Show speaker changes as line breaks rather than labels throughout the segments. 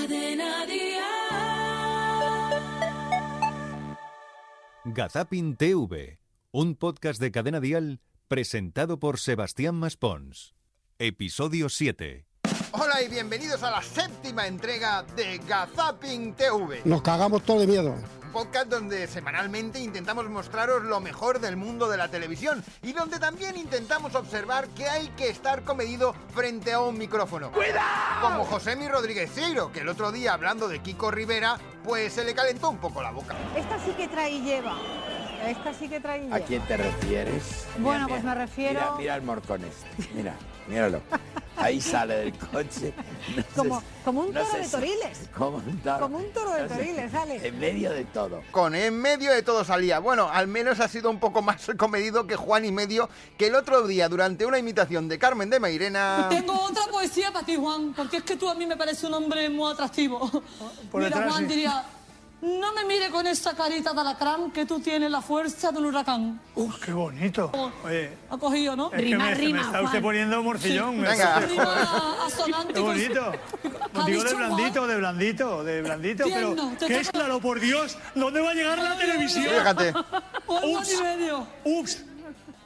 Cadena
Gazapin TV, un podcast de Cadena Dial presentado por Sebastián Maspons. Episodio 7.
Hola y bienvenidos a la séptima entrega de Gazaping TV,
Nos cagamos todos de miedo.
un podcast donde semanalmente intentamos mostraros lo mejor del mundo de la televisión y donde también intentamos observar que hay que estar comedido frente a un micrófono. ¡Cuidado! Como Josémi Rodríguez Ciro, que el otro día hablando de Kiko Rivera, pues se le calentó un poco la boca.
Esta sí que trae y lleva. Esta sí que trae y lleva.
¿A quién te refieres?
Bueno, pues me refiero-
Mira, mira el morcón este. Mira, míralo. Ahí sale del coche. No sé
Como-
si-
como un toro de
si-
toriles.
Como un toro.
Como un toro de
sé,
toriles, sale.
En medio de todo.
Con en medio de todo salía. Bueno, al menos ha sido un poco más comedido que Juan y medio, que el otro día durante una imitación de Carmen de Mairena...
Tengo otra poesía para ti, Juan, porque es que tú a mí me pareces un hombre muy atractivo. Mira,
detrás,
Juan
sí.
diría, no me mire con esa carita de alacrán que tú tienes la fuerza del huracán.
Uh, qué bonito. Oye,
Ha cogido, ¿no?
es que me, se me está usted poniendo morcillón. me
Venga.
está-
Rima asonante.
Qué bonito.
Ha
Digo de
dicho Juan-
blandito, de blandito, de blandito, pero
Tierno, te
qué
toca-
claro, por Dios, ¿dónde va a llegar la televisión?
Fíjate.
Un dos y
Ups.
medio.
Ups,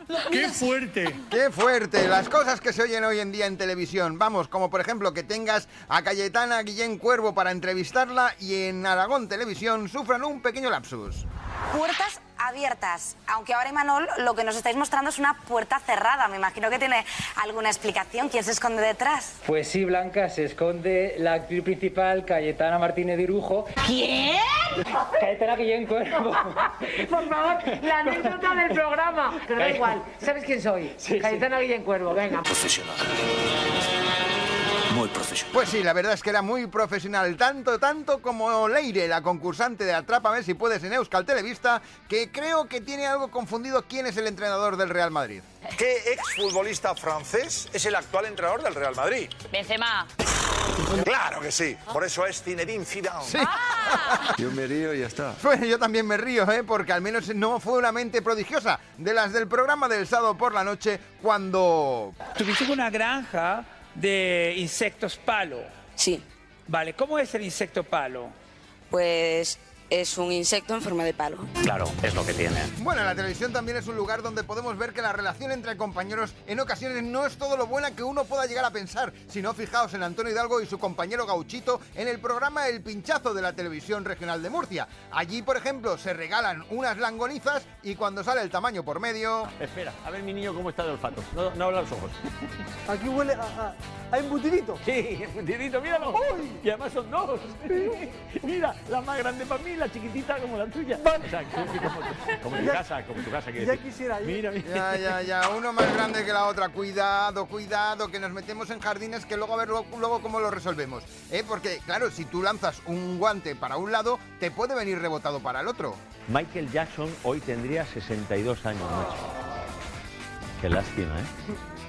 Lo-
qué
mira,
fuerte.
Qué fuerte, las cosas que se oyen hoy en día en televisión. Vamos, como por ejemplo que tengas a Cayetana Guillén Cuervo para entrevistarla y en Aragón Televisión sufran un pequeño lapsus.
Puertas abiertas, aunque ahora Imanol lo que nos estáis mostrando es una puerta cerrada. Me imagino que tiene alguna explicación. ¿Quién se esconde detrás?
Pues sí, Blanca, se esconde la actriz principal, Cayetana Martínez Dirujo. ¿Quién? Cayetana Guillén Cuervo.
Por favor, la anécdota del programa. Pero da igual, ¿sabes quién soy? Cayetana Guillén Cuervo, venga.
Profesional. Muy profesional.
Pues sí, la verdad es que era muy profesional, tanto, tanto como Leire, la concursante de Atrápame si puedes en Euskal Televista, que creo que tiene algo confundido quién es el entrenador del Real Madrid.
¿Qué exfutbolista francés es el actual entrenador del Real Madrid?
Benzema.
Claro que sí. Por eso es Zinedine Zidane.
Sí.
Yo me río y ya está.
Bueno, yo también me río, ¿eh? porque al menos no fue una mente prodigiosa de las del programa del sábado por la noche cuando...
Tuviste una granja de insectos palo.
Sí,
Vale, ¿cómo es el insecto palo?
pues es un insecto en forma de palo.
Claro, es lo que tiene.
Bueno, la televisión también es un lugar donde podemos ver que la relación entre compañeros en ocasiones no es todo lo buena que uno pueda llegar a pensar. Si no, fijaos en Antonio Hidalgo y su compañero Gauchito en el programa El Pinchazo de la televisión regional de Murcia. Allí, por ejemplo, se regalan unas langonizas y cuando sale el tamaño por medio...
Espera, a ver mi niño cómo está de olfato. No, no habla los ojos.
Aquí huele a, embutidito.
Sí, mundidito, míralo. Y además son dos. Mira, la más grande para mí, la chiquitita como la tuya. O sea, que- que como, como tu casa, como tu casa. quiero
ya
decir.
quisiera yo.
Mira, mira.
Ya, ya, ya, uno más grande que la otra. Cuidado, cuidado, que nos metemos en jardines que luego a ver luego, luego cómo lo resolvemos. ¿Eh? Porque, claro, si tú lanzas un guante para un lado, te puede venir rebotado para el otro.
Michael Jackson hoy tendría 62 años, macho. Qué lástima, ¿eh?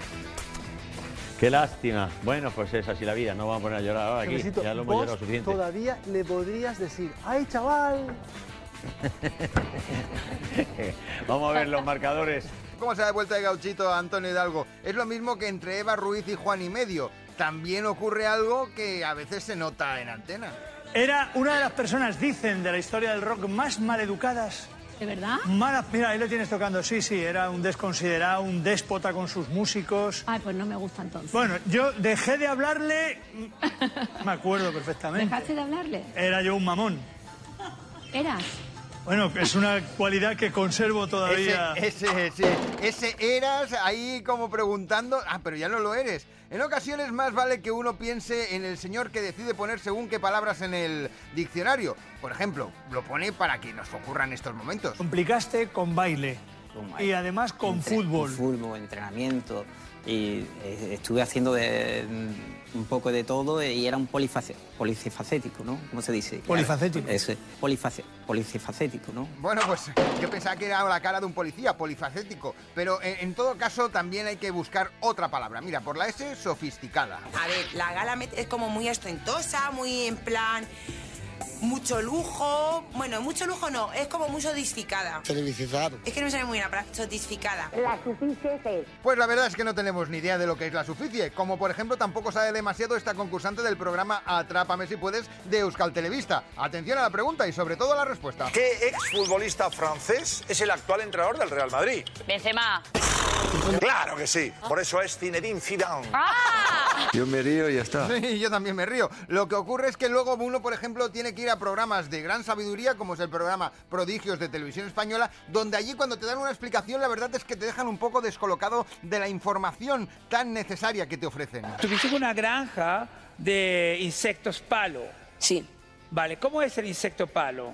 Qué lástima. Bueno, pues es así la vida, no vamos a poner a llorar ahora aquí. ya lo hemos llorado suficiente.
todavía le podrías decir, ¡ay, chaval!
Vamos a ver los marcadores.
¿Cómo se da vuelta de gauchito a Antonio Hidalgo? Es lo mismo que entre Eva Ruiz y Juan y Medio. También ocurre algo que a veces se nota en antena.
Era una de las personas, dicen, de la historia del rock más maleducadas
¿De verdad?
Mala- mira, ahí lo tienes tocando. Sí, sí, era un desconsiderado, un déspota con sus músicos.
Ay, pues no me gusta entonces.
Bueno, yo dejé de hablarle. mm, Me acuerdo perfectamente.
¿Dejaste de hablarle?
Era yo un mamón.
¿Eras?
Bueno, es una cualidad que conservo
Ese,
todavía.
ese, ese, ese eras ahí como preguntando, ah, pero ya no lo eres. En ocasiones más vale que uno piense en el señor que decide poner según qué palabras en el diccionario. Por ejemplo, lo pone para que nos ocurran estos momentos.
Complicaste con baile. Y además con fútbol.
Fútbol, entrenamiento. Y eh, estuve haciendo mm, un poco de todo eh, y era un polifacético, ¿no? ¿Cómo se dice? eh,
Polifacético. Eso
polifacético, ¿no?
Bueno, pues yo pensaba que era la cara de un policía, polifacético. Pero en, en todo caso también hay que buscar otra palabra. Mira, por la S, sofisticada.
A ver, la gala met- es como muy ostentosa, muy en plan
mucho lujo. Bueno, mucho lujo no, es como muy sofisticada.
Televisizado.
Es que no me sale muy bien la palabra, sofisticada.
La suficie Pues la verdad es que no tenemos ni idea de lo que es la suficie, como por ejemplo tampoco sabe demasiado esta concursante del programa Atrápame si puedes de Euskal Televista. Atención a la pregunta y sobre todo a la respuesta.
¿Qué exfutbolista francés es el actual entrenador del Real Madrid?
Benzema.
Claro que sí, por eso es Zinedine Zidane.
Yo me río y ya está.
Sí, yo también me río. Lo que ocurre es que luego uno, por ejemplo, tiene que ir a programas de gran sabiduría, como es el programa Prodigios de Televisión Española, donde allí cuando te dan una explicación, la verdad es que te dejan un poco descolocado de la información tan necesaria que te ofrecen.
Tuviste una granja de insectos palo.
Sí.
Vale, ¿cómo es el insecto palo?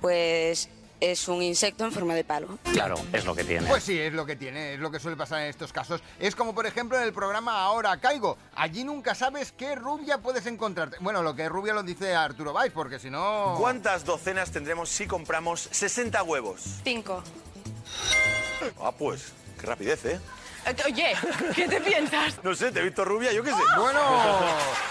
Pues es un insecto en forma de palo.
Claro, es lo que tiene.
Pues sí, es lo que tiene, es lo que suele pasar en estos casos. Es como por ejemplo en el programa Ahora Caigo. Allí nunca sabes qué rubia puedes encontrarte. Bueno, lo que es rubia lo dice Arturo Valls, porque si no...
¿Cuántas docenas tendremos si compramos 60 huevos?
Cinco.
Ah, pues, qué rapidez, ¿eh?
Oye, ¿qué te piensas?
No sé, te he visto rubia, yo qué sé.
Ah.
Bueno,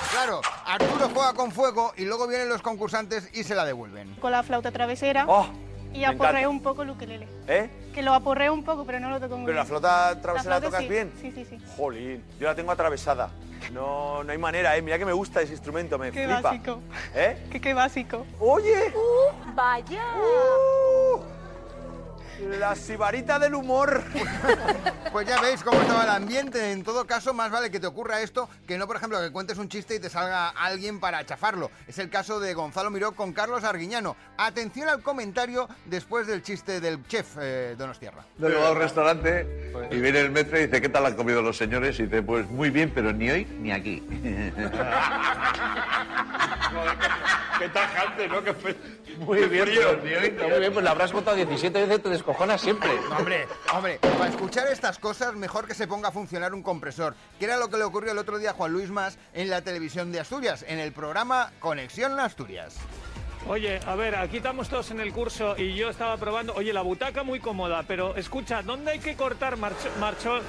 claro, Arturo juega con fuego y luego vienen los concursantes y se la devuelven.
Con la flauta travesera.
Oh,
y
me
aporreo
encanta.
un poco el ukelele.
¿Eh?
Que lo aporreo un poco, pero no lo toco muy
¿Pero la
bien.
flauta travesera la
flauta
tocas
sí.
bien?
Sí, sí, sí.
Jolín, yo la tengo atravesada. No, no hay manera, ¿eh? Mira que me gusta ese instrumento, me
Qué
flipa.
básico.
¿Eh?
Que qué básico.
¡Oye! Uh.
¡Vaya!
La sibarita del humor.
Pues ya veis cómo estaba el ambiente. En todo caso, más vale que te ocurra esto que no, por ejemplo, que cuentes un chiste y te salga alguien para chafarlo. Es el caso de Gonzalo Miró con Carlos Arguiñano. Atención al comentario después del chiste del chef eh, Donostierra.
Yo llego a un restaurante y viene el metro y dice, ¿qué tal han comido los señores? Y dice, pues muy bien, pero ni hoy ni aquí.
Qué tajante, ¿no?
Muy bien, pero ni hoy ni
Muy bien, pues la habrás votado 17 veces, te descojonas siempre.
No, hombre, hombre, para escuchar estas cosas mejor que se ponga a funcionar un compresor, que era lo que le ocurrió el otro día a Juan Luis Más en la televisión de Asturias, en el programa Conexión Asturias.
Oye, a ver, aquí estamos todos en el curso y yo estaba probando. Oye, la butaca muy cómoda, pero escucha, ¿dónde hay que cortar marcho, marcho,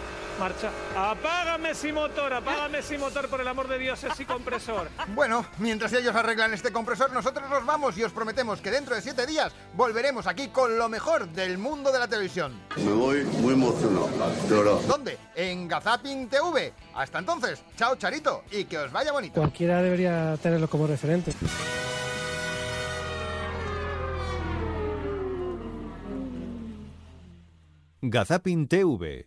marcha? Apágame sin motor, apágame sin motor, por el amor de Dios, ese compresor.
Bueno, mientras ellos arreglan este compresor, nosotros nos vamos y os prometemos que dentro de siete días volveremos aquí con lo mejor del mundo de la televisión.
Me voy muy emocionado, de verdad.
¿Dónde? En Gazapin TV. Hasta entonces, chao Charito y que os vaya bonito.
Cualquiera debería tenerlo como referente.
Gazapin TV